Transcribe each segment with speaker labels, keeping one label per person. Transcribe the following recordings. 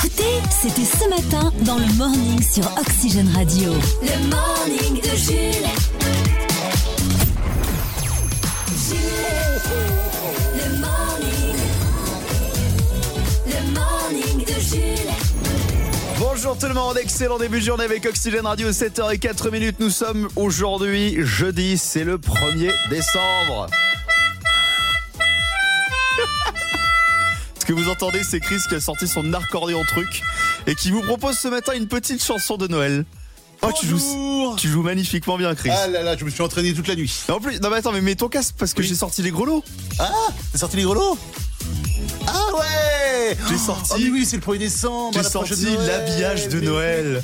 Speaker 1: C'était ce matin dans le morning sur Oxygène Radio. Le morning de Jules. Jules. Le morning. Le morning de Jules.
Speaker 2: Bonjour tout le monde, excellent début de journée avec Oxygène Radio 7h04 minutes. Nous sommes aujourd'hui jeudi, c'est le 1er décembre. que vous entendez, c'est Chris qui a sorti son accordéon truc et qui vous propose ce matin une petite chanson de Noël. Oh, tu joues, tu joues, magnifiquement bien, Chris.
Speaker 3: Ah là là, je me suis entraîné toute la nuit.
Speaker 2: En plus, non mais attends, mais mets ton casque parce que oui. j'ai sorti les grelots.
Speaker 3: Ah, t'as sorti les grelots Ah ouais
Speaker 2: J'ai sorti.
Speaker 3: Oh, oui, c'est le 1er décembre.
Speaker 2: J'ai sorti l'habillage
Speaker 3: Eh
Speaker 2: de Noël.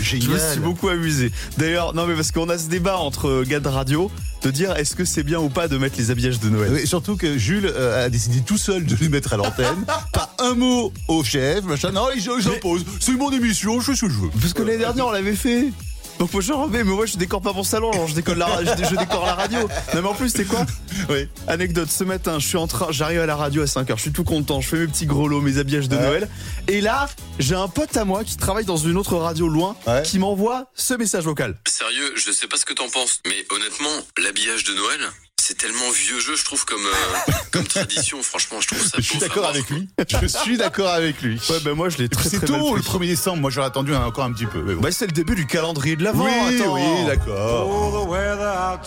Speaker 3: Génial.
Speaker 2: Je me suis beaucoup amusé. D'ailleurs, non mais parce qu'on a ce débat entre gars de radio de dire est-ce que c'est bien ou pas de mettre les habillages de Noël.
Speaker 3: Oui, surtout que Jules euh, a décidé tout seul de les mettre à l'antenne. pas un mot au chef, machin. Non, j'impose. Mais... C'est mon émission, je fais ce que je veux.
Speaker 2: Parce que l'année dernière, on l'avait fait. Donc moi je remets, mais moi je décore pas mon salon, alors je décore la, je, je décore la radio. Non mais en plus c'est quoi Oui. Anecdote, ce matin je suis en train, j'arrive à la radio à 5h, je suis tout content, je fais mes petits gros lots, mes habillages de ouais. Noël. Et là, j'ai un pote à moi qui travaille dans une autre radio loin ouais. qui m'envoie ce message vocal.
Speaker 4: Sérieux, je sais pas ce que t'en penses, mais honnêtement, l'habillage de Noël, c'est tellement vieux jeu, je trouve, comme, euh, comme tradition. Franchement, je trouve ça.
Speaker 3: Je suis d'accord avec lui. Je suis d'accord avec lui.
Speaker 2: Ouais, ben moi, je l'ai très,
Speaker 3: C'est tôt, le 1er décembre. Moi, j'aurais attendu encore un petit peu.
Speaker 2: Bon. Bah, c'est le début du calendrier de l'avant.
Speaker 3: Oui,
Speaker 2: Attends.
Speaker 3: oui, d'accord.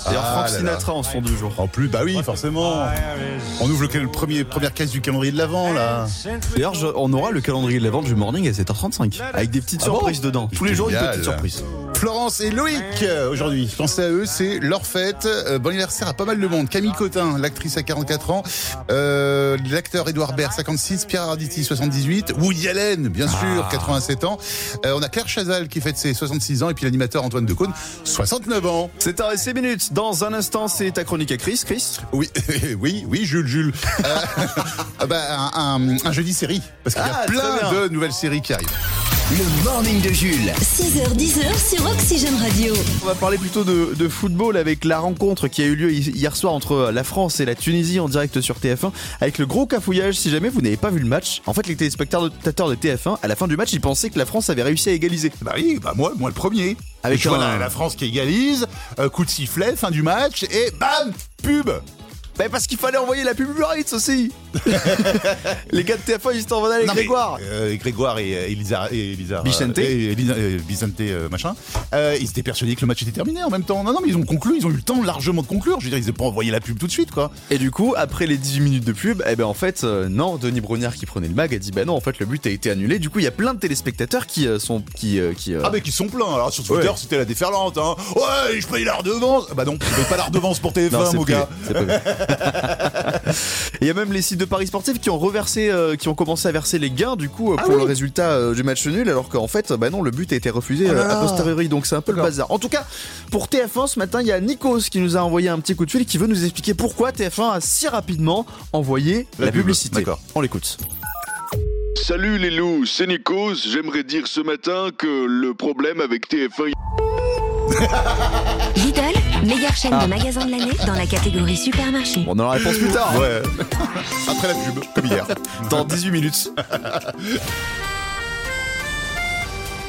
Speaker 2: D'ailleurs, ah, Frank Sinatra en son du jour.
Speaker 3: En plus, bah oui, forcément. On ouvre le, le premier, première case du calendrier de l'avant, là.
Speaker 2: Ah. D'ailleurs, on aura le calendrier de l'avant du morning à 7h35. Avec des petites ah surprises bon dedans. Tous les jours, une petite surprise.
Speaker 3: Florence et Loïc euh, aujourd'hui. Pensez à eux, c'est leur fête. Euh, bon anniversaire à pas mal de monde. Camille Cotin, l'actrice à 44 ans. Euh, L'acteur Edouard Baird, 56. Pierre Arditi, 78. Woody Allen, bien sûr, ah. 87 ans. Euh, on a Claire Chazal qui fête ses 66 ans. Et puis l'animateur Antoine Decaune, 69 ans.
Speaker 2: C'est h 6 minutes. Dans un instant, c'est ta chronique à Chris. Chris
Speaker 3: Oui, oui, oui, Jules, Jules. Euh, bah, un, un, un, jeudi série. Parce qu'il y a ah, plein de nouvelles séries qui arrivent.
Speaker 1: Le morning de Jules. 6h10h sur Oxygène Radio.
Speaker 2: On va parler plutôt de, de, football avec la rencontre qui a eu lieu hier soir entre la France et la Tunisie en direct sur TF1 avec le gros cafouillage si jamais vous n'avez pas vu le match. En fait les téléspectateurs de TF1 à la fin du match ils pensaient que la France avait réussi à égaliser.
Speaker 3: Bah oui, bah moi, moi le premier.
Speaker 2: Avec
Speaker 3: je vois un... la, France qui égalise, euh, coup de sifflet, fin du match et bam Pub
Speaker 2: bah parce qu'il fallait envoyer la pub Rights aussi Les gars de TF1 ils étaient en avec Grégoire
Speaker 3: euh, Grégoire et Elisa, et Elisa euh,
Speaker 2: Vicente
Speaker 3: et Elisa, et Vicente machin euh, Ils étaient persuadés que le match était terminé en même temps Non non mais ils ont conclu, ils ont eu le temps largement de conclure Je veux dire ils n'ont pas envoyé la pub tout de suite quoi
Speaker 2: Et du coup après les 18 minutes de pub Eh ben en fait euh, non Denis Brognard qui prenait le mag a dit bah non en fait le but a été annulé Du coup il y a plein de téléspectateurs qui euh, sont qui, qui euh,
Speaker 3: Ah mais qui sont pleins alors sur Twitter ouais. c'était la déferlante hein. Ouais je paye la redevance Bah non je paye pas la redevance pour TF1 non, mon
Speaker 2: plus,
Speaker 3: gars
Speaker 2: il y a même les sites de paris sportifs qui ont reversé, euh, qui ont commencé à verser les gains du coup euh, ah pour oui. le résultat euh, du match nul, alors qu'en fait, bah non, le but a été refusé ah là, a posteriori, donc c'est un peu le bazar. En tout cas, pour TF1 ce matin, il y a Nikos qui nous a envoyé un petit coup de fil qui veut nous expliquer pourquoi TF1 a si rapidement envoyé la, la publicité. D'accord, on l'écoute.
Speaker 5: Salut les loups, c'est Nikos. J'aimerais dire ce matin que le problème avec TF1.
Speaker 1: Lidl, meilleure chaîne ah. de magasins de l'année dans la catégorie supermarché.
Speaker 2: On aura la réponse plus tard.
Speaker 3: Ouais. Après la pub, comme hier.
Speaker 2: Dans 18 minutes.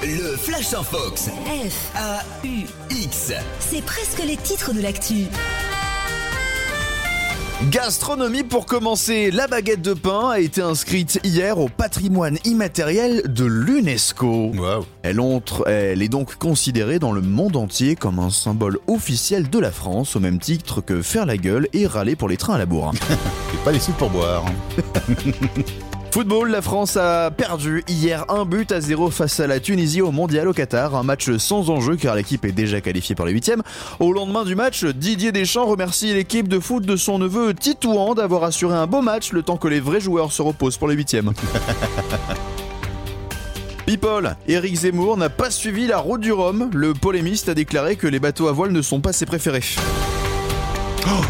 Speaker 6: Le Flash en Fox. F-A-U-X.
Speaker 1: C'est presque les titres de l'actu.
Speaker 2: Gastronomie pour commencer, la baguette de pain a été inscrite hier au patrimoine immatériel de l'UNESCO.
Speaker 3: Wow.
Speaker 2: Elle, elle, est donc considérée dans le monde entier comme un symbole officiel de la France, au même titre que faire la gueule et râler pour les trains à la bourre.
Speaker 3: et pas les soupes pour boire.
Speaker 2: Football, la France a perdu hier un but à zéro face à la Tunisie au Mondial au Qatar, un match sans enjeu car l'équipe est déjà qualifiée pour les huitièmes. Au lendemain du match, Didier Deschamps remercie l'équipe de foot de son neveu Titouan d'avoir assuré un beau match le temps que les vrais joueurs se reposent pour les huitièmes. People, Eric Zemmour n'a pas suivi la route du Rhum. Le polémiste a déclaré que les bateaux à voile ne sont pas ses préférés.
Speaker 3: Oh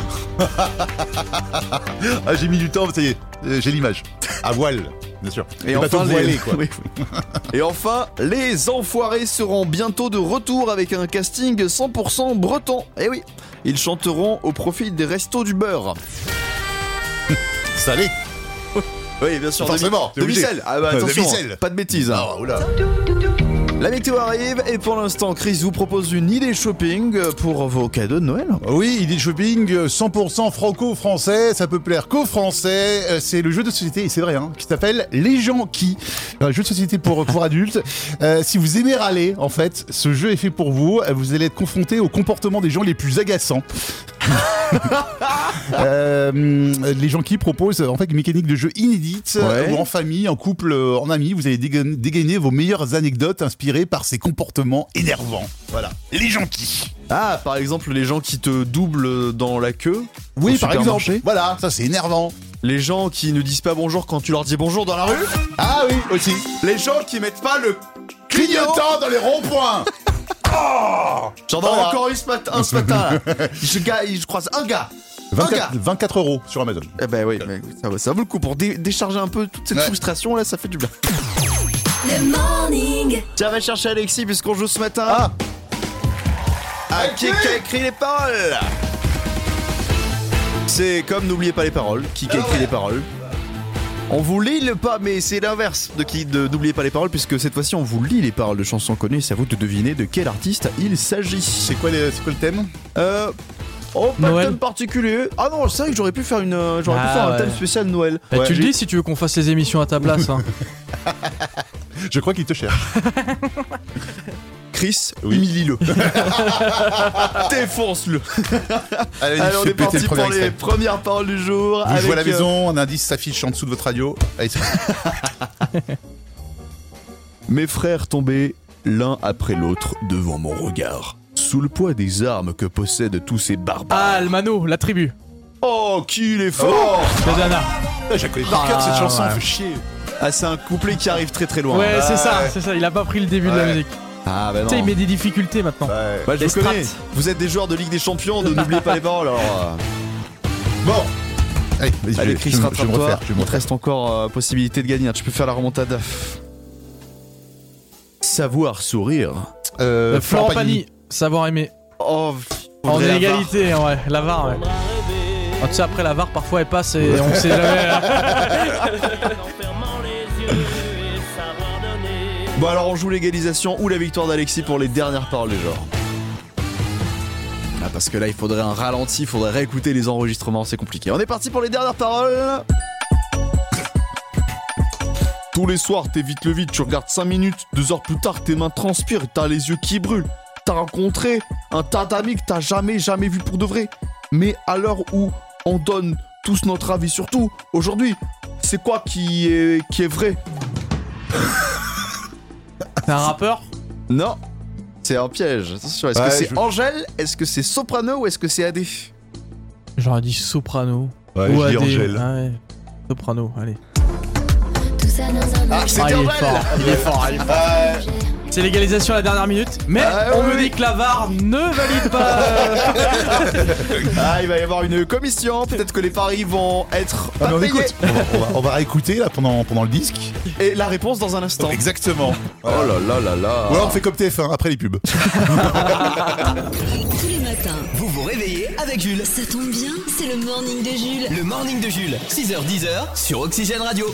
Speaker 3: ah, j'ai mis du temps, ça y est, euh, j'ai l'image. À voile, bien sûr.
Speaker 2: Et enfin, les... voilé, quoi. Oui, oui. Et enfin, les enfoirés seront bientôt de retour avec un casting 100% breton. Eh oui, ils chanteront au profit des restos du beurre.
Speaker 3: Salé
Speaker 2: Oui, bien sûr.
Speaker 3: Forcément, t'es
Speaker 2: Demi-
Speaker 3: obligé.
Speaker 2: Demi-sel. Ah bah,
Speaker 3: Euh,
Speaker 2: attention,
Speaker 3: demi-sel.
Speaker 2: Pas de bêtises. hein.
Speaker 3: Ah, oula.
Speaker 2: La météo arrive et pour l'instant, Chris vous propose une idée shopping pour vos cadeaux de Noël.
Speaker 3: Oui, il dit shopping euh, 100% franco-français, ça peut plaire qu'aux Français. Euh, C'est le jeu de société, et c'est vrai, hein, qui s'appelle Les gens qui. Un jeu de société pour, pour adultes. Euh, si vous aimez râler, en fait, ce jeu est fait pour vous. Euh, Vous allez être confronté au comportement des gens les plus agaçants. Euh, les gens qui proposent euh, en fait une mécanique de jeu inédite euh,
Speaker 2: Ouais.
Speaker 3: où en famille, en couple, euh, en ami, vous allez dégainer, dégainer vos meilleures anecdotes inspirées par ces comportements énervants. Voilà, les gens qui.
Speaker 2: Ah, par exemple, les gens qui te doublent dans la queue.
Speaker 3: Oui,
Speaker 2: au
Speaker 3: par
Speaker 2: supermarché.
Speaker 3: exemple. Voilà, ça c'est énervant.
Speaker 2: Les gens qui ne disent pas bonjour quand tu leur dis bonjour dans la rue.
Speaker 3: Ah oui, aussi.
Speaker 2: Les gens qui mettent pas le
Speaker 3: Clignotant dans les ronds-points.
Speaker 2: J'en ai
Speaker 3: Voilà.
Speaker 2: encore eu ce matin, un ce matin. là. je, ga- je croise un gars. Un gars.
Speaker 3: 24, 24 euros sur Amazon.
Speaker 2: Eh ben oui, mais écoute, ça, vaut- ça vaut le coup pour dé- décharger un peu toute cette
Speaker 3: Ouais.
Speaker 2: frustration là, ça fait du bien.
Speaker 1: Le morning.
Speaker 2: Tiens, va chercher Alexis puisqu'on joue ce matin. Ah À Ah, qui qui a écrit les paroles C'est comme n'oubliez pas les paroles, qui qui a écrit les paroles. On vous lit le pas, mais c'est l'inverse de qui de n'oubliez pas les paroles, puisque cette fois-ci on vous lit les paroles de chansons connues, c'est à vous de deviner de quel artiste il s'agit.
Speaker 3: C'est quoi, les- c'est quoi le thème
Speaker 2: Euh. Oh, pas
Speaker 7: Noël.
Speaker 2: de thème particulier. Ah non, c'est vrai que j'aurais pu faire, une, euh, j'aurais pu
Speaker 7: Ah
Speaker 2: faire un
Speaker 7: ouais.
Speaker 2: thème spécial Noël.
Speaker 7: Bah,
Speaker 2: Ouais,
Speaker 7: tu le
Speaker 2: j'ai-
Speaker 7: dis si tu veux qu'on fasse les émissions à ta place. hein.
Speaker 3: Je crois qu'il te cherche.
Speaker 2: Chris,
Speaker 3: Oui.
Speaker 2: humilie-le. Défonce-le.
Speaker 3: Allez,
Speaker 2: Alors, on est parti pour les
Speaker 3: extrait.
Speaker 2: premières paroles du jour.
Speaker 3: Vous jouez à la
Speaker 2: avec, euh,
Speaker 3: maison, un indice s'affiche en dessous de votre radio. Allez, c'est-
Speaker 2: Mes frères tombaient l'un après l'autre devant mon regard, sous le poids des armes que possèdent tous ces barbares.
Speaker 7: Ah, le Mano, la tribu.
Speaker 2: Oh, qui il est fort
Speaker 3: Oh.
Speaker 7: La Dana.
Speaker 3: Je la connais par cœur cette
Speaker 7: Ah,
Speaker 3: chanson,
Speaker 7: ouais.
Speaker 3: fait chier.
Speaker 2: Ah, c'est un couplet qui arrive très très loin.
Speaker 7: Ouais, c'est
Speaker 3: ouais.
Speaker 7: ça, c'est ça. Il a pas pris le début de la
Speaker 3: Ouais.
Speaker 7: musique.
Speaker 2: Ah, bah non.
Speaker 7: Tu sais, il met des difficultés maintenant.
Speaker 3: Ouais.
Speaker 2: Bah, je
Speaker 7: Les
Speaker 2: vous connais.
Speaker 7: strates.
Speaker 2: Vous êtes des joueurs de Ligue des Champions, de n'oubliez pas les paroles. Alors, euh,
Speaker 3: Bon. Allez, vas-y, je,
Speaker 2: allez,
Speaker 3: vais-
Speaker 2: Chris,
Speaker 3: je vais-
Speaker 2: Bah,
Speaker 3: je vais me
Speaker 2: rattrape-toi.
Speaker 3: refaire. Je vais
Speaker 2: Il te
Speaker 3: me refaire.
Speaker 2: reste encore euh, possibilité de gagner. hein. Tu peux faire la remontade. Savoir sourire.
Speaker 3: Euh,
Speaker 7: Euh, Florent Pagny, savoir aimer.
Speaker 2: Oh,
Speaker 7: En
Speaker 2: faudrait la barre.
Speaker 7: égalité, ouais. La VAR, ouais. Ah, tu sais, après la VAR, parfois elle passe et on sait jamais. hein.
Speaker 2: Bon alors on joue l'égalisation ou la victoire d'Alexis pour les dernières paroles du genre. Ah, parce que là il faudrait un ralenti, il faudrait réécouter les enregistrements, c'est compliqué. On est parti pour les dernières paroles Tous les soirs t'évites le vide, tu regardes 5 minutes, 2 heures plus tard tes mains transpirent et t'as les yeux qui brûlent. T'as rencontré un tas d'amis que t'as jamais jamais vu pour de vrai. Mais à l'heure où on donne tous notre avis surtout, aujourd'hui, c'est quoi qui est, qui est vrai
Speaker 7: T'es un rappeur
Speaker 2: Non, c'est un piège. Attention, est-ce
Speaker 3: Ouais,
Speaker 2: que c'est
Speaker 3: je-
Speaker 2: Angèle Est-ce que c'est Soprano ou est-ce que c'est AD
Speaker 7: J'aurais dit soprano.
Speaker 3: Ouais,
Speaker 7: Ou
Speaker 3: je dis
Speaker 7: AD.
Speaker 3: Angèle.
Speaker 7: Ah ouais. Soprano, allez.
Speaker 1: Tout ça dans un
Speaker 2: Ah,
Speaker 7: Ah,
Speaker 2: c'était
Speaker 7: il est
Speaker 2: Angèle
Speaker 7: fort, il est fort, il est fort. C'est l'égalisation à la dernière minute, mais
Speaker 2: Ah,
Speaker 7: on
Speaker 2: oui,
Speaker 7: me
Speaker 2: oui.
Speaker 7: dit que la VAR ne valide pas. euh,
Speaker 2: Ah, il va y avoir une commission. Peut-être que les paris vont être
Speaker 3: Ah, mais
Speaker 2: pas
Speaker 3: on
Speaker 2: payés.
Speaker 3: écoute. On va, on va- on va réécouter là pendant, pendant le disque.
Speaker 2: Et la réponse dans un instant.
Speaker 3: Exactement.
Speaker 2: Oh là là là là.
Speaker 3: Ou alors on fait comme TF1 après les pubs.
Speaker 1: Tous les matins.
Speaker 6: Vous vous réveillez avec Jules.
Speaker 1: Ça tombe bien, c'est le morning de Jules.
Speaker 6: Le morning de Jules. 6h10 sur Oxygène Radio.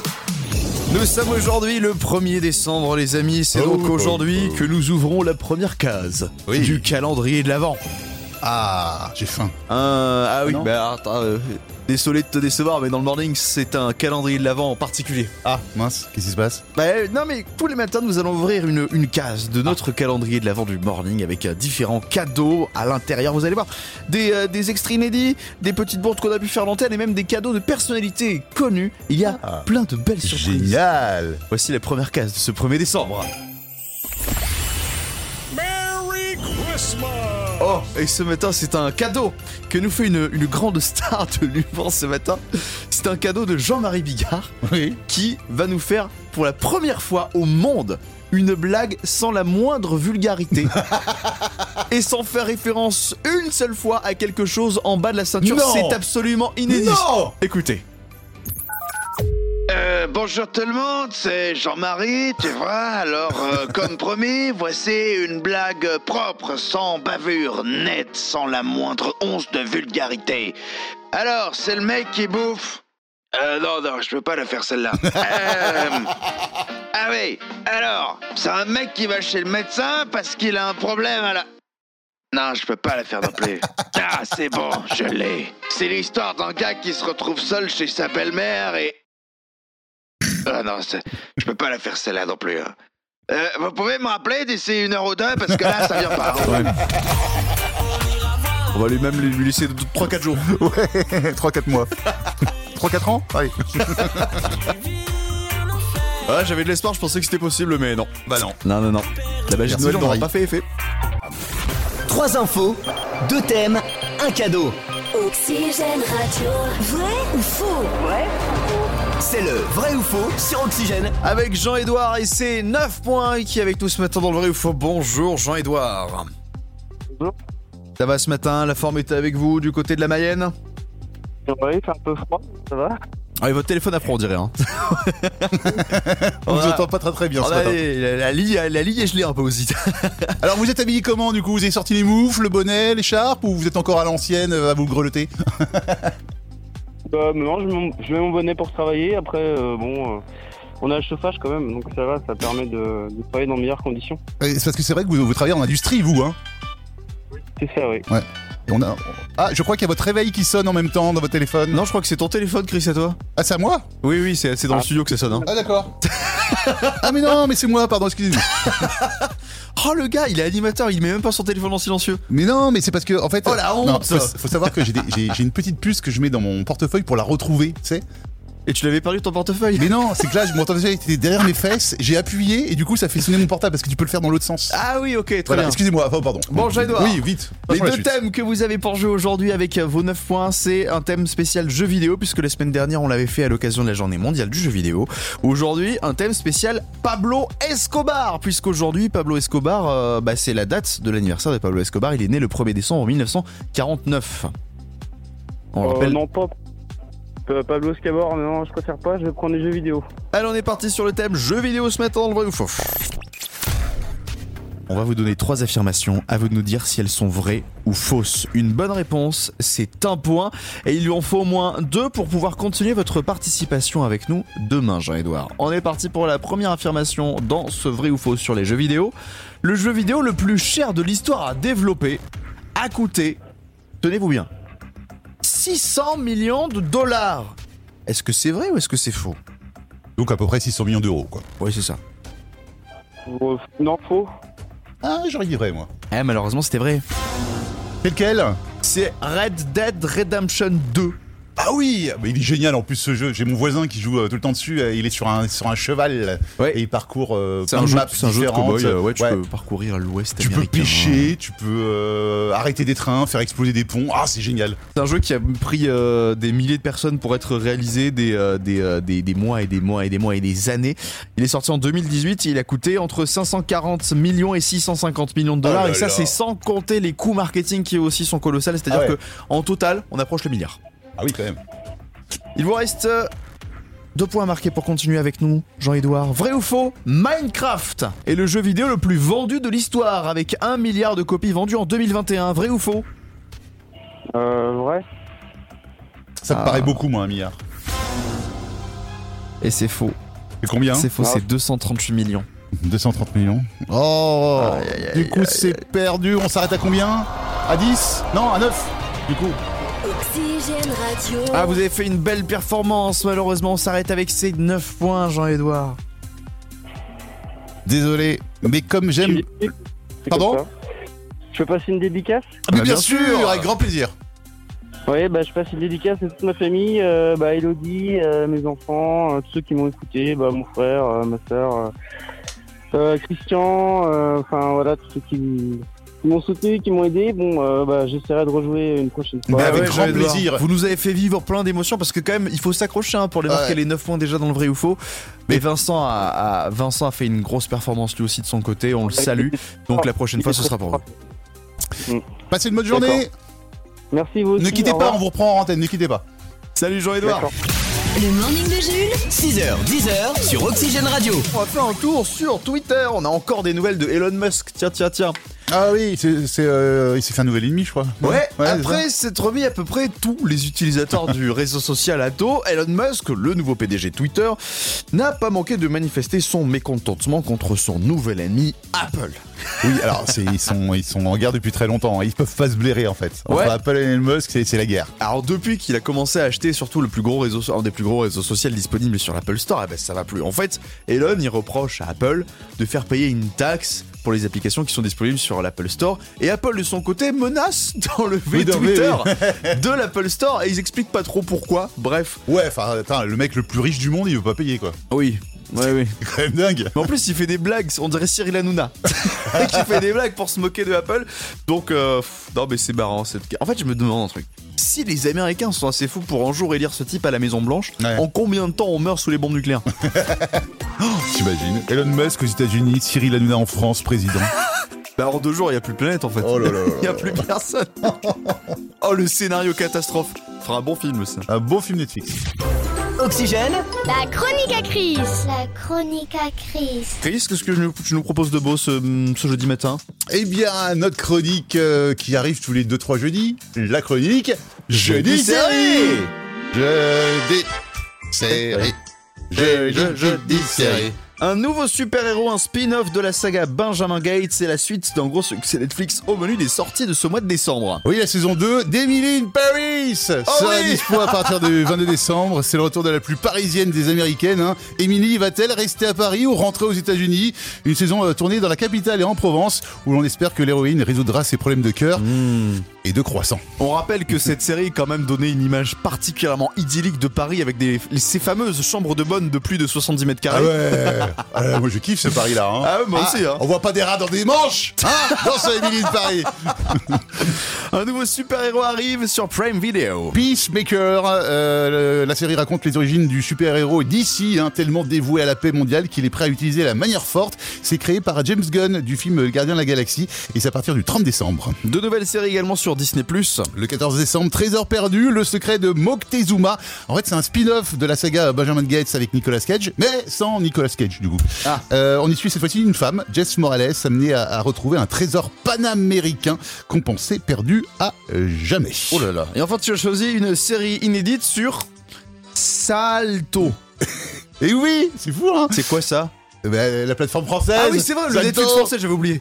Speaker 2: Nous sommes aujourd'hui le 1er décembre, les amis. C'est
Speaker 3: Oh,
Speaker 2: donc
Speaker 3: oh,
Speaker 2: aujourd'hui
Speaker 3: oh.
Speaker 2: que nous ouvrons la première case
Speaker 3: Oui.
Speaker 2: du calendrier de l'Avent.
Speaker 3: Ah, j'ai faim.
Speaker 2: Euh, ah oui,
Speaker 3: Non.
Speaker 2: bah, attends, euh, désolé de te décevoir, mais dans le morning, c'est un calendrier de l'Avent en particulier.
Speaker 3: Ah, mince, qu'est-ce qui se passe
Speaker 2: Bah, euh, non mais tous les matins nous allons ouvrir une, une case de notre calendrier de l'avant du morning avec euh, différents cadeaux à l'intérieur. Vous allez voir des, euh, des extraits inédits, des petites bourdes qu'on a pu faire à l'antenne et même des cadeaux de personnalités connues. Il y a
Speaker 3: Ah.
Speaker 2: plein de belles surprises.
Speaker 3: Génial
Speaker 2: Voici la première case de ce 1er décembre. Oh, et ce matin, c'est un cadeau que nous fait une, une grande star de l'humour ce matin. C'est un cadeau de Jean-Marie Bigard
Speaker 3: Oui.
Speaker 2: qui va nous faire pour la première fois au monde une blague sans la moindre vulgarité et sans faire référence une seule fois à quelque chose en bas de la ceinture.
Speaker 3: Non.
Speaker 2: C'est absolument inédit.
Speaker 3: Non
Speaker 2: Écoutez.
Speaker 5: Euh, bonjour tout le monde, c'est Jean-Marie, tu vois. Alors, euh, comme promis, voici une blague propre, sans bavure, nette, sans la moindre once de vulgarité. Alors, c'est le mec qui bouffe Euh, non, non, je peux pas la faire celle-là. Euh, Ah oui, alors, c'est un mec qui va chez le médecin parce qu'il a un problème à la... Non, je peux pas la faire non plus. Ah, c'est bon, je l'ai. C'est l'histoire d'un gars qui se retrouve seul chez sa belle-mère et... Ah non, c'est- je peux pas la faire celle-là non plus. hein. Euh, vous pouvez me rappeler d'ici une heure ou deux parce que là, ça vient pas. hein.
Speaker 2: On va lui même lui laisser 3-4 jours.
Speaker 3: Ouais, 3-4 mois. 3-4 ans Allez.
Speaker 2: Ah, j'avais de l'espoir, je pensais que c'était possible, mais non.
Speaker 3: Bah non.
Speaker 2: Non, non, non. La magie
Speaker 3: Merci,
Speaker 2: de Noël n'aura
Speaker 3: Jean-Marie.
Speaker 2: pas fait effet.
Speaker 6: Trois infos, deux thèmes, un cadeau.
Speaker 1: Oxygène Radio. Vrai ou faux
Speaker 6: C'est le vrai ou faux sur Oxygène.
Speaker 2: Avec Jean-Edouard et ses 9 points qui est avec nous ce matin dans le vrai ou faux. Bonjour Jean-Edouard.
Speaker 8: Bonjour.
Speaker 2: Ça va ce matin La forme est avec vous du côté de la Mayenne
Speaker 8: Oui, il fait un peu froid, ça va
Speaker 2: Ah, et votre téléphone à froid, on dirait. Hein.
Speaker 3: On vous
Speaker 2: a-
Speaker 3: entend pas très très bien
Speaker 2: on
Speaker 3: ce
Speaker 2: a-
Speaker 3: matin.
Speaker 2: Ah, la, la ligne, la ligne est gelée un peu aussi.
Speaker 3: Alors vous êtes habillé comment du coup Vous avez sorti les moufles, le bonnet, l'écharpe ou vous êtes encore à l'ancienne euh, à vous grelotter
Speaker 8: Bah non, je mets, mon, je mets mon bonnet pour travailler. Après, euh, bon, euh, on a le chauffage quand même, donc ça va, ça permet de, de travailler dans de meilleures conditions.
Speaker 3: Euh, C'est parce que c'est vrai que vous, vous travaillez en industrie vous hein
Speaker 8: C'est ça, oui.
Speaker 3: Et on a... Ah je crois qu'il y a votre réveil qui sonne en même temps dans votre téléphone.
Speaker 2: non, je crois que c'est ton téléphone, Chris, à toi
Speaker 3: Ah c'est à moi
Speaker 2: Oui, oui, c'est c'est dans le
Speaker 8: Ah.
Speaker 2: studio que ça sonne. hein.
Speaker 3: Ah d'accord. ah mais non mais c'est moi pardon excusez-moi.
Speaker 2: Oh, le gars, il est animateur, il met même pas son téléphone en silencieux.
Speaker 3: Mais non, mais c'est parce que en fait.
Speaker 2: Oh, la honte
Speaker 3: Non, faut, faut savoir que j'ai des- j'ai j'ai une petite puce que je mets dans mon portefeuille pour la retrouver, tu sais.
Speaker 2: Et tu l'avais perdu ton portefeuille
Speaker 3: Mais non, c'est que là, je- mon portefeuille était derrière mes fesses, j'ai appuyé et du coup, ça fait sonner mon portable parce que tu peux le faire dans l'autre sens.
Speaker 2: Ah oui, ok, très
Speaker 3: Voilà,
Speaker 2: bien.
Speaker 3: excusez-moi, enfin, pardon.
Speaker 2: Bon, Jean-Edouard.
Speaker 3: Oui, vite.
Speaker 2: Les
Speaker 3: Passons à la
Speaker 2: deux
Speaker 3: suite.
Speaker 2: thèmes que vous avez pour jouer aujourd'hui avec euh, vos 9 points, c'est un thème spécial jeux vidéo, puisque la semaine dernière on l'avait fait à l'occasion de la journée mondiale du jeu vidéo. Aujourd'hui, un thème spécial Pablo Escobar, puisqu'aujourd'hui Pablo Escobar, euh, bah, c'est la date de l'anniversaire de Pablo Escobar. Il est né le 1er décembre 1949. On le
Speaker 3: Oh,
Speaker 8: Euh,
Speaker 2: rappelle.
Speaker 8: non, pas. Euh, Pablo Scabor, non, je préfère pas, je vais prendre les jeux vidéo.
Speaker 2: Allez, on est parti sur le thème jeux vidéo ce matin dans le vrai ou faux. On va vous donner trois affirmations, à vous de nous dire si elles sont vraies ou fausses. Une bonne réponse, c'est un point, et il lui en faut au moins deux pour pouvoir continuer votre participation avec nous demain, Jean-Edouard. On est parti pour la première affirmation dans ce vrai ou faux sur les jeux vidéo. Le jeu vidéo le plus cher de l'histoire à développer a coûté, tenez-vous bien, 600 millions de dollars. Est-ce que c'est vrai ou est-ce que c'est faux
Speaker 3: Donc à peu près 600 millions d'euros, quoi.
Speaker 2: Oui, c'est ça.
Speaker 8: Euh, non, faux.
Speaker 3: Ah, j'aurais dit vrai, moi.
Speaker 2: Eh, malheureusement, c'était vrai.
Speaker 3: C'est lequel
Speaker 2: C'est Red Dead Redemption 2.
Speaker 3: Ah oui mais Il est génial en plus ce jeu. J'ai mon voisin qui joue euh, tout le temps dessus. euh, il est sur un, sur un cheval
Speaker 2: Ouais.
Speaker 3: et il parcours euh,
Speaker 2: C'est
Speaker 3: plein
Speaker 2: un,
Speaker 3: de
Speaker 2: jeu,
Speaker 3: maps
Speaker 2: c'est un jeu de
Speaker 3: différentes.
Speaker 2: cowboy. euh, ouais, tu
Speaker 3: Ouais.
Speaker 2: peux parcourir l'ouest
Speaker 3: Tu peux
Speaker 2: américain. hein.
Speaker 3: pêcher, tu peux euh, arrêter des trains, faire exploser des ponts. Ah, c'est génial.
Speaker 2: C'est un jeu qui a pris euh, des milliers de personnes pour être réalisé des, euh, des, euh, des- des mois et des mois et des mois et des années. Il est sorti en 2018 et il a coûté entre 540 millions et 650 millions de dollars.
Speaker 3: Oh là
Speaker 2: et ça,
Speaker 3: là.
Speaker 2: c'est sans compter les coûts marketing qui aussi sont colossaux. C'est-à-dire
Speaker 3: Ah ouais.
Speaker 2: que en total, on approche le milliard.
Speaker 3: Ah oui, quand même.
Speaker 2: Il vous reste euh, deux points marqués pour continuer avec nous, Jean-Edouard. Vrai ou faux Minecraft est le jeu vidéo le plus vendu de l'histoire, avec 1 milliard de copies vendues en 2021. Vrai ou faux
Speaker 8: Euh, vrai.
Speaker 3: Ça me
Speaker 2: Ah.
Speaker 3: paraît beaucoup, moi, un milliard.
Speaker 2: Et c'est faux.
Speaker 3: C'est combien
Speaker 2: c'est faux,
Speaker 8: Ah.
Speaker 2: c'est 238 millions.
Speaker 3: 230 millions. Oh
Speaker 2: Aïe, aïe, aïe,
Speaker 3: Du coup,
Speaker 2: aïe,
Speaker 3: c'est perdu. On s'arrête à combien À 10 Non, à 9 Du coup.
Speaker 1: Oxygène Radio.
Speaker 2: Ah, vous avez fait une belle performance, malheureusement. On s'arrête avec ces 9 points, Jean-Edouard.
Speaker 3: Désolé, mais comme
Speaker 8: Je
Speaker 3: j'aime.
Speaker 8: suis- c'est comme
Speaker 3: Pardon
Speaker 8: ça. Je peux passer une dédicace
Speaker 3: Mais
Speaker 2: Ah,
Speaker 3: bien,
Speaker 2: bien
Speaker 3: sûr,
Speaker 2: sûr.
Speaker 3: avec grand plaisir.
Speaker 8: Oui, bah, je passe une dédicace à toute ma famille, euh, bah, Elodie, euh, mes enfants, euh, tous ceux qui m'ont écouté, bah, mon frère, euh, ma soeur, Christian, euh, enfin voilà, tous ceux qui, m- qui m'ont soutenu, qui m'ont aidé. Bon, euh, bah, j'essaierai de rejouer une prochaine fois.
Speaker 3: Bah, avec grand
Speaker 2: Jean-Edouard.
Speaker 3: plaisir.
Speaker 2: Vous nous avez fait vivre plein d'émotions parce que quand même, il faut s'accrocher hein, pour les
Speaker 3: Ouais.
Speaker 2: marquer les 9 points déjà dans le vrai ou faux. Mais Vincent a, a- Vincent a fait une grosse performance lui aussi de son côté. On le salue. Donc la prochaine fois, ce sera pour vous.
Speaker 3: Passez une bonne journée.
Speaker 8: Merci vous aussi.
Speaker 3: Ne quittez
Speaker 8: au
Speaker 3: pas,
Speaker 8: revoir.
Speaker 3: on vous reprend en antenne. Ne quittez pas.
Speaker 2: Salut Jean-Edouard.
Speaker 8: D'accord.
Speaker 1: Le morning de Jules.
Speaker 6: 6h, 10h sur Oxygène Radio.
Speaker 2: On va faire un tour sur Twitter. On a encore des nouvelles de Elon Musk. Tiens, tiens, tiens.
Speaker 3: Ah oui, c'est, c'est, euh, il s'est fait un nouvel ennemi, je crois.
Speaker 2: Ouais,
Speaker 3: c'est ça.
Speaker 2: après s'être remis à peu près tous les utilisateurs du réseau social à dos, Elon Musk, le nouveau PDG Twitter, n'a pas manqué de manifester son mécontentement contre son nouvel ennemi Apple.
Speaker 3: Oui, alors c'est, ils, sont, ils sont en guerre depuis très longtemps. hein. Ils peuvent pas se blairer en fait. Entre
Speaker 2: Ouais.
Speaker 3: Apple et Elon Musk, c'est, c'est la guerre.
Speaker 2: Alors depuis qu'il a commencé à acheter surtout le plus gros réseau, un des plus gros réseaux sociaux disponibles sur l'Apple Store, eh ben ça va plus. En fait, Elon il reproche à Apple de faire payer une taxe pour les applications qui sont disponibles sur l'Apple Store et Apple de son côté menace d'enlever
Speaker 3: Oui, d'enlever,
Speaker 2: Twitter de l'Apple Store et ils expliquent pas trop pourquoi. Bref,
Speaker 3: Ouais, enfin, attends, le mec le plus riche du monde, il veut pas payer quoi.
Speaker 2: oui. Ouais, oui.
Speaker 3: C'est quand même dingue.
Speaker 2: Mais en plus, il fait des blagues, on dirait Cyril Hanouna. qui fait des blagues pour se moquer de Apple. Donc, euh, pff, non, mais c'est marrant. Cette... En fait, je me demande un truc. Si les Américains sont assez fous pour un jour élire ce type à la Maison-Blanche,
Speaker 3: Ouais.
Speaker 2: en combien de temps on meurt sous les bombes nucléaires
Speaker 3: T'imagines Elon Musk aux États-Unis, Cyril Hanouna en France, président.
Speaker 2: Bah, en deux jours, il n'y a plus de planète en fait.
Speaker 3: Oh là là là
Speaker 2: Il n'y a plus personne. oh, le scénario catastrophe. Fera un bon film ça.
Speaker 3: Un beau film Netflix.
Speaker 6: Oxygène
Speaker 9: La chronique à Chris. La chronique à Chris.
Speaker 2: Chris, qu'est-ce que je- tu nous proposes de beau ce, ce jeudi matin
Speaker 3: Eh bien, notre chronique euh, qui arrive tous les 2-3 jeudis, la chronique Jeudi Série Jeudi Série Je, je, jeudi Série
Speaker 2: Un nouveau super-héros, un spin-off de la saga Benjamin Gates, c'est la suite d'un gros succès Netflix au menu des sorties de ce mois de décembre.
Speaker 3: Oui, la saison 2 d'Emily in Paris Ça sera
Speaker 2: oui
Speaker 3: dispo à partir du 22 décembre. C'est le retour de la plus parisienne des Américaines. hein. Emily va-t-elle rester à Paris ou rentrer aux États-Unis Une saison euh, tournée dans la capitale et en Provence, où l'on espère que l'héroïne résoudra ses problèmes de cœur et de croissant.
Speaker 2: On rappelle que cette série est quand même donné une image particulièrement idyllique de Paris avec des, ces fameuses chambres de bonne de plus de 70 mètres
Speaker 3: Ah
Speaker 2: carrés.
Speaker 3: ouais Ah là, Moi je kiffe ce Paris-là. hein.
Speaker 2: Ah ouais, moi aussi, hein.
Speaker 3: On voit pas des rats dans des manches hein, Dans ce Emily in Paris
Speaker 2: Un nouveau super-héros arrive sur Prime Video.
Speaker 3: Peacemaker, euh, le- la série raconte les origines du super-héros DC, hein, tellement dévoué à la paix mondiale qu'il est prêt à utiliser la manière forte. C'est créé par James Gunn du film Le Gardien de la Galaxie et c'est à partir du 30 décembre.
Speaker 2: De nouvelles séries également sur Disney+.
Speaker 3: Le 14 décembre, Trésor perdu, le secret de Moctezuma. En fait, c'est un spin-off de la saga Benjamin Gates avec Nicolas Cage, mais sans Nicolas Cage du coup.
Speaker 2: Ah.
Speaker 3: Euh, on y suit cette fois-ci une femme, Jess Morales, amenée à, à retrouver un trésor panaméricain qu'on pensait perdu à euh, jamais.
Speaker 2: Oh là là. Et enfin, tu as choisi une série inédite sur Salto.
Speaker 3: Et oui, c'est fou hein
Speaker 2: C'est quoi ça
Speaker 3: Eh ben, la plateforme française.
Speaker 2: Ah le
Speaker 3: Salto.
Speaker 2: Netflix français, j'avais oublié.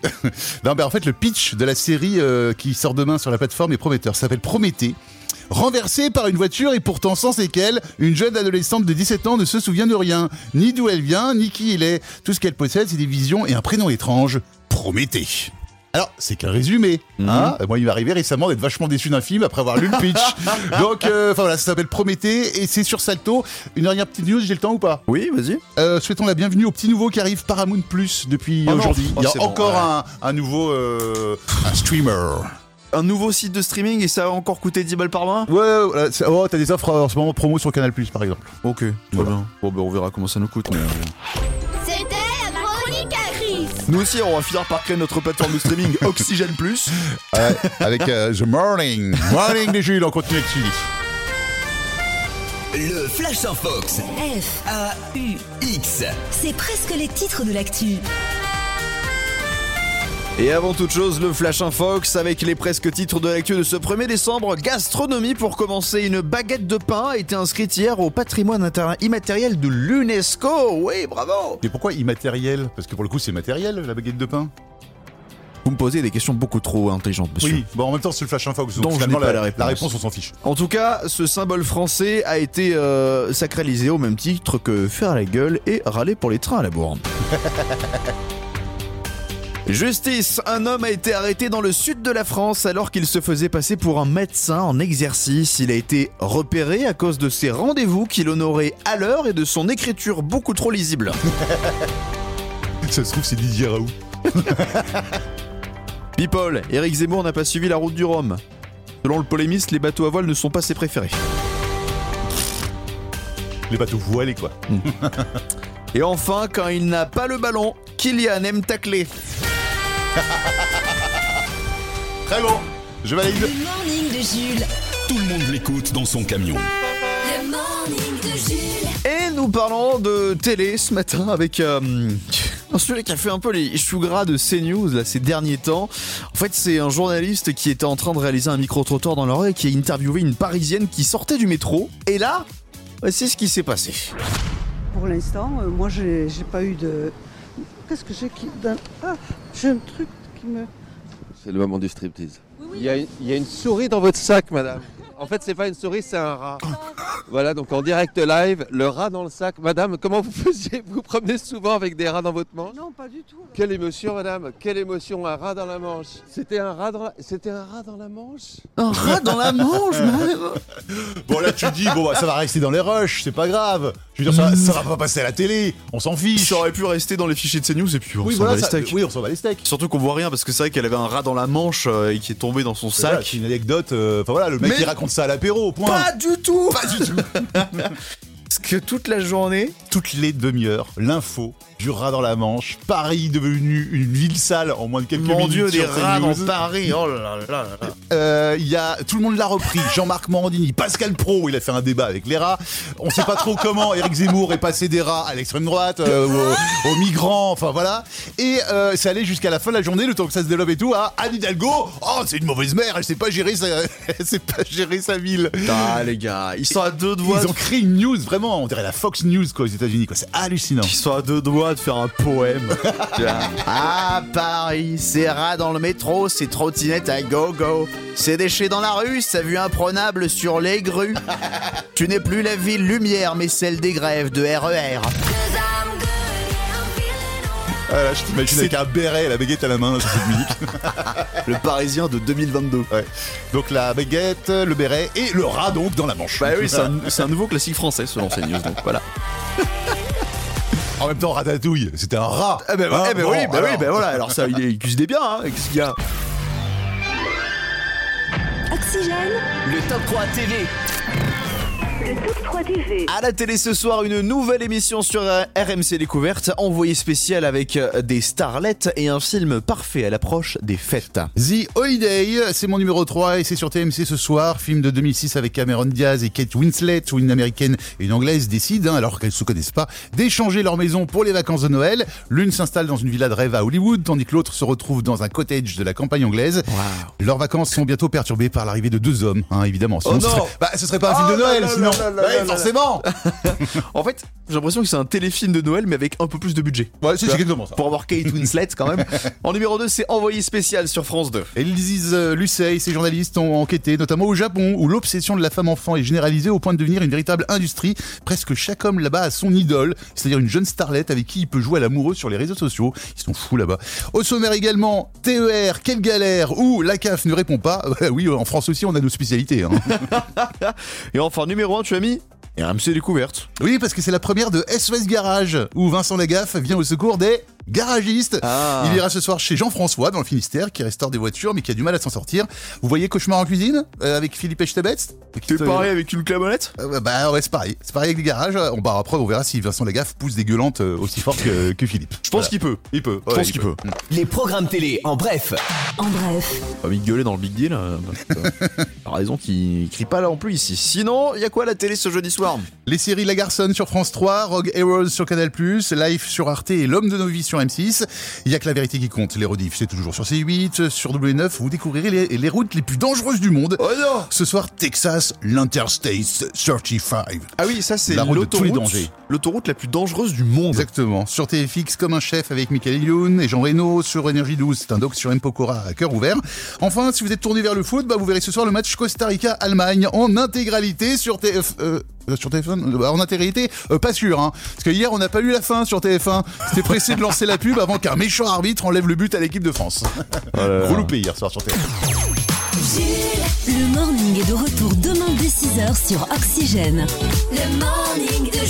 Speaker 3: Non, ben, en fait, le pitch de la série euh, qui sort demain sur la plateforme est prometteur. Ça s'appelle Prométhée. Renversée par une voiture et pourtant sans séquelles, une jeune adolescente de 17 ans ne se souvient de rien, ni d'où elle vient, ni qui elle est. Tout ce qu'elle possède, c'est des visions et un prénom étrange, Prométhée. Alors, c'est qu'un résumé.
Speaker 2: Mhm.
Speaker 3: hein. Moi, il m'est arrivé récemment d'être vachement déçu d'un film après avoir lu le pitch. Donc, euh, enfin voilà, ça s'appelle Prométhée et c'est sur Salto. Une dernière petite news, j'ai le temps ou pas
Speaker 2: Oui, vas-y.
Speaker 3: Euh, souhaitons la bienvenue au petit nouveau qui arrive Paramount Plus depuis
Speaker 2: Oh non.
Speaker 3: aujourd'hui.
Speaker 2: Oh,
Speaker 3: Il y a
Speaker 2: c'est bon,
Speaker 3: encore
Speaker 2: ouais.
Speaker 3: un, un nouveau euh, un streamer.
Speaker 2: Un nouveau site de streaming et ça a encore coûté 10 balles par mois
Speaker 3: Ouais, ouais, c'est- oh, t'as des offres euh, en ce moment promo sur Canal Plus par exemple.
Speaker 2: Ok, très
Speaker 3: Voilà.
Speaker 2: bien. Bon, ben on verra comment ça nous coûte. mais, euh,
Speaker 9: C'était la chronique à Chris.
Speaker 2: Nous aussi, on va finir par créer notre plateforme de streaming Oxygène Plus.
Speaker 3: avec euh, The Morning. Morning des Jules, on continue avec Chili.
Speaker 6: Le Flash en Fox.
Speaker 1: F,
Speaker 6: A-U-X.
Speaker 1: c'est presque les titres de l'actu.
Speaker 2: Et avant toute chose, le Flash Infox avec les presque titres de l'actu de ce 1er décembre. Gastronomie pour commencer. Une baguette de pain a été inscrite hier au patrimoine inter- immatériel de l'UNESCO. Oui, bravo
Speaker 3: Mais pourquoi immatériel Parce que pour le coup, c'est matériel la baguette de pain.
Speaker 2: Vous me posez des questions beaucoup trop intelligentes, monsieur.
Speaker 3: Oui. Bon, en même temps, c'est le Flash Infox.
Speaker 2: Donc,
Speaker 3: Donc,
Speaker 2: je
Speaker 3: finalement,
Speaker 2: n'ai pas
Speaker 3: la,
Speaker 2: la réponse.
Speaker 3: la réponse, on s'en fiche.
Speaker 2: En tout cas, ce symbole français a été euh, sacralisé au même titre que faire la gueule et râler pour les trains à la bourre. Justice, un homme a été arrêté dans le sud de la France alors qu'il se faisait passer pour un médecin en exercice. Il a été repéré à cause de ses rendez-vous qu'il honorait à l'heure et de son écriture beaucoup trop lisible.
Speaker 3: Ça se trouve, c'est Didier Raoult.
Speaker 2: People, Eric Zemmour n'a pas suivi la route du Rhum. Selon le polémiste, les bateaux à voile ne sont pas ses préférés.
Speaker 3: Les bateaux voilés, quoi.
Speaker 2: Et enfin, quand il n'a pas le ballon, Kylian aime tacler.
Speaker 3: Très bon. Je valide.
Speaker 1: Le morning de Jules.
Speaker 10: Tout le monde l'écoute dans son camion.
Speaker 1: Le morning de Jules.
Speaker 2: Et nous parlons de télé ce matin avec euh, Celui qui a fait un peu les choux gras de CNews là, ces derniers temps. En fait, c'est un journaliste qui était en train de réaliser un micro-trottoir dans l'oreille qui a interviewé une parisienne qui sortait du métro. Et là, c'est ce qui s'est passé.
Speaker 11: Pour l'instant, euh, moi, j'ai j'ai pas eu de. Qu'est-ce que j'ai qui. d'un- Ah, j'ai un truc qui me.
Speaker 12: C'est le moment du striptease. Il, y a une, il y a une souris dans votre sac, madame. En fait, c'est pas une souris, c'est un rat. Voilà, donc en direct live, le rat dans le sac. Madame, comment vous faisiez Vous vous promenez souvent avec des rats dans votre manche
Speaker 11: Non, pas du tout.
Speaker 12: Quelle émotion, madame Quelle émotion, un rat dans la manche. C'était un rat dans la... C'était un rat dans la manche
Speaker 2: Un rat dans la manche,
Speaker 3: Bon là tu te dis bon bah, ça va rester dans les rushs, c'est pas grave. Je veux dire ça, ça va pas passer à la télé, on s'en fiche.
Speaker 2: Ça aurait pu rester dans les fichiers de CNews et puis on
Speaker 3: Oui,
Speaker 2: s'en
Speaker 3: voilà,
Speaker 2: va les
Speaker 3: ça-
Speaker 2: steaks.
Speaker 3: oui, on s'en va les steaks.
Speaker 2: Surtout qu'on voit rien parce que c'est vrai qu'elle avait un rat dans la manche euh, et qui est tombé dans son sac.
Speaker 3: voilà, c'est une anecdote. euh, Enfin voilà, le mec
Speaker 2: Mais-
Speaker 3: il raconte ça à l'apéro, point.
Speaker 2: Pas du tout
Speaker 3: Pas du tout
Speaker 2: Parce que toute la journée.
Speaker 3: Toutes les demi-heures, l'info du rat dans la manche, Paris devenu une ville sale en moins de quelques
Speaker 2: Mon
Speaker 3: minutes.
Speaker 2: dieu, des
Speaker 3: sur
Speaker 2: rats dans
Speaker 3: CNews.
Speaker 2: Paris. Oh là là là là.
Speaker 3: Euh, il y a, tout le monde l'a repris. Jean-Marc Morandini, Pascal Pro, il a fait un débat avec les rats. On sait pas trop comment Eric Zemmour est passé des rats à l'extrême droite, euh, aux, aux migrants, enfin voilà. Et euh, c'est allé jusqu'à la fin de la journée, le temps que ça se développe et tout, à Anne Hidalgo. Oh, c'est une mauvaise mère, elle sait pas gérer sa, elle sait pas gérer sa ville.
Speaker 2: Ah les gars, ils sont à deux doigts.
Speaker 3: Ils ont créé une news, vraiment, on dirait la Fox News quoi, aux États-Unis, quoi. C'est hallucinant.
Speaker 2: Ils sont à deux doigts de faire un poème. ah, Paris, c'est rats dans le métro, c'est trottinette à gogo. C'est déchets dans la rue, sa vue imprenable sur les grues. tu n'es plus la ville lumière, mais celle des grèves de E RER.
Speaker 3: Ah là, je t'imagine avec un béret, la baguette à la main, sur cette musique.
Speaker 2: Le parisien de 2022.
Speaker 3: Ouais. Donc la baguette, le béret et le rat donc dans la manche.
Speaker 2: Bah oui, c'est un, c'est un nouveau classique français selon ces news, donc voilà.
Speaker 3: En même temps, Ratatouille, c'était un rat.
Speaker 2: Eh ben,
Speaker 3: Hein,
Speaker 2: eh ben
Speaker 3: bon,
Speaker 2: oui, bah oui,
Speaker 3: alors.
Speaker 2: bah voilà, alors ça, il, est, il cuisine bien, hein, qu'est-ce qu'il y a
Speaker 1: Oxygène.
Speaker 6: Le top 3 TV.
Speaker 2: À la télé ce soir, une nouvelle émission sur euh, RMC Découverte, envoyée spéciale avec euh, des starlettes et un film parfait à l'approche des fêtes.
Speaker 3: The Holiday, c'est mon numéro 3 et c'est sur TMC ce soir, film de 2006 avec Cameron Diaz et Kate Winslet où une américaine et une anglaise décident, hein, alors qu'elles se connaissent pas, d'échanger leur maison pour les vacances de Noël. L'une s'installe dans une villa de rêve à Hollywood tandis que l'autre se retrouve dans un cottage de la campagne anglaise. Leurs vacances sont bientôt perturbées par l'arrivée de deux hommes, hein, évidemment. Sinon,
Speaker 2: Oh
Speaker 3: ce,
Speaker 2: non.
Speaker 3: serait, bah, ce serait pas un
Speaker 2: Oh
Speaker 3: film de
Speaker 2: là
Speaker 3: Noël
Speaker 2: là
Speaker 3: sinon.
Speaker 2: là là
Speaker 3: Bah oui,
Speaker 2: là là.
Speaker 3: forcément.
Speaker 2: En fait, j'ai l'impression que c'est un téléfilm de Noël mais avec un peu plus de budget.
Speaker 3: Ouais, c'est c'est exactement ça.
Speaker 2: Pour avoir Kate Winslet quand même. En numéro 2, c'est Envoyé spécial sur France 2.
Speaker 3: Elise euh, Lucey, ces journalistes ont enquêté, notamment au Japon, où l'obsession de la femme-enfant est généralisée au point de devenir une véritable industrie. Presque chaque homme là-bas a son idole, c'est-à-dire une jeune starlette avec qui il peut jouer à l'amoureux sur les réseaux sociaux. Ils sont fous là-bas. Au sommaire également, TER, quelle galère, où la CAF ne répond pas. Ouais, oui, en France aussi, on a nos spécialités. hein.
Speaker 2: Et enfin, numéro 1, tu as mis RMC Découverte.
Speaker 3: oui, parce que c'est la première de SOS Garage, où Vincent Lagaffe vient au secours des garagistes.
Speaker 2: Ah.
Speaker 3: Il ira ce soir chez Jean-François dans le Finistère qui restaure des voitures mais qui a du mal à s'en sortir. Vous voyez Cauchemar en cuisine euh, avec Philippe Echtebest
Speaker 2: T'es pareil avec une clamonnette
Speaker 3: Euh, Bah ouais, c'est pareil. C'est pareil avec les garages. On bah, après, on verra si Vincent Lagaffe pousse des gueulantes euh, aussi fort que, que Philippe.
Speaker 2: Je pense qu'il peut.
Speaker 3: qu'il peut.
Speaker 2: Je
Speaker 3: Ouais,
Speaker 2: pense
Speaker 3: il
Speaker 2: qu'il
Speaker 3: peut.
Speaker 2: peut.
Speaker 6: Les programmes télé, en bref.
Speaker 1: En bref,
Speaker 2: Pas envie de gueuler dans le big deal. euh, parce que, T'as raison qu'il crie pas là en plus ici. Sinon, il y a quoi à la télé ce jeudi soir
Speaker 3: Les séries La Garçonne sur France 3, Rogue Heroes sur Canal+, Life sur Arte et L'Homme de nos vies sur M6. Il y a que la vérité qui compte. Les rediffs, c'est toujours sur C8, sur W9. Vous découvrirez les, les routes les plus dangereuses du monde.
Speaker 2: Oh non
Speaker 3: Ce soir, Texas, l'Interstate 35.
Speaker 2: Ah oui, ça c'est
Speaker 3: La route de tous les
Speaker 2: l'autoroute
Speaker 3: dangers.
Speaker 2: l'autoroute la plus dangereuse du monde.
Speaker 3: Exactement. Sur TFX, comme un chef avec Michael Youn et Jean Reno. Sur Énergie 12, c'est un doc sur M. Pokora à cœur ouvert. Enfin, si vous êtes tourné vers le foot, bah, vous verrez ce soir le match Costa Rica-Allemagne en intégralité sur TF... euh, euh, sur TF1 euh, bah, En intégralité, euh, pas sûr. Hein, parce que hier, on n'a pas eu la fin sur TF1. C'était pressé de lancer la pub avant qu'un méchant arbitre enlève le but à l'équipe de France. Gros loupé hier soir sur TF1.
Speaker 1: le morning est de retour demain dès 6h sur Oxygène. Le morning de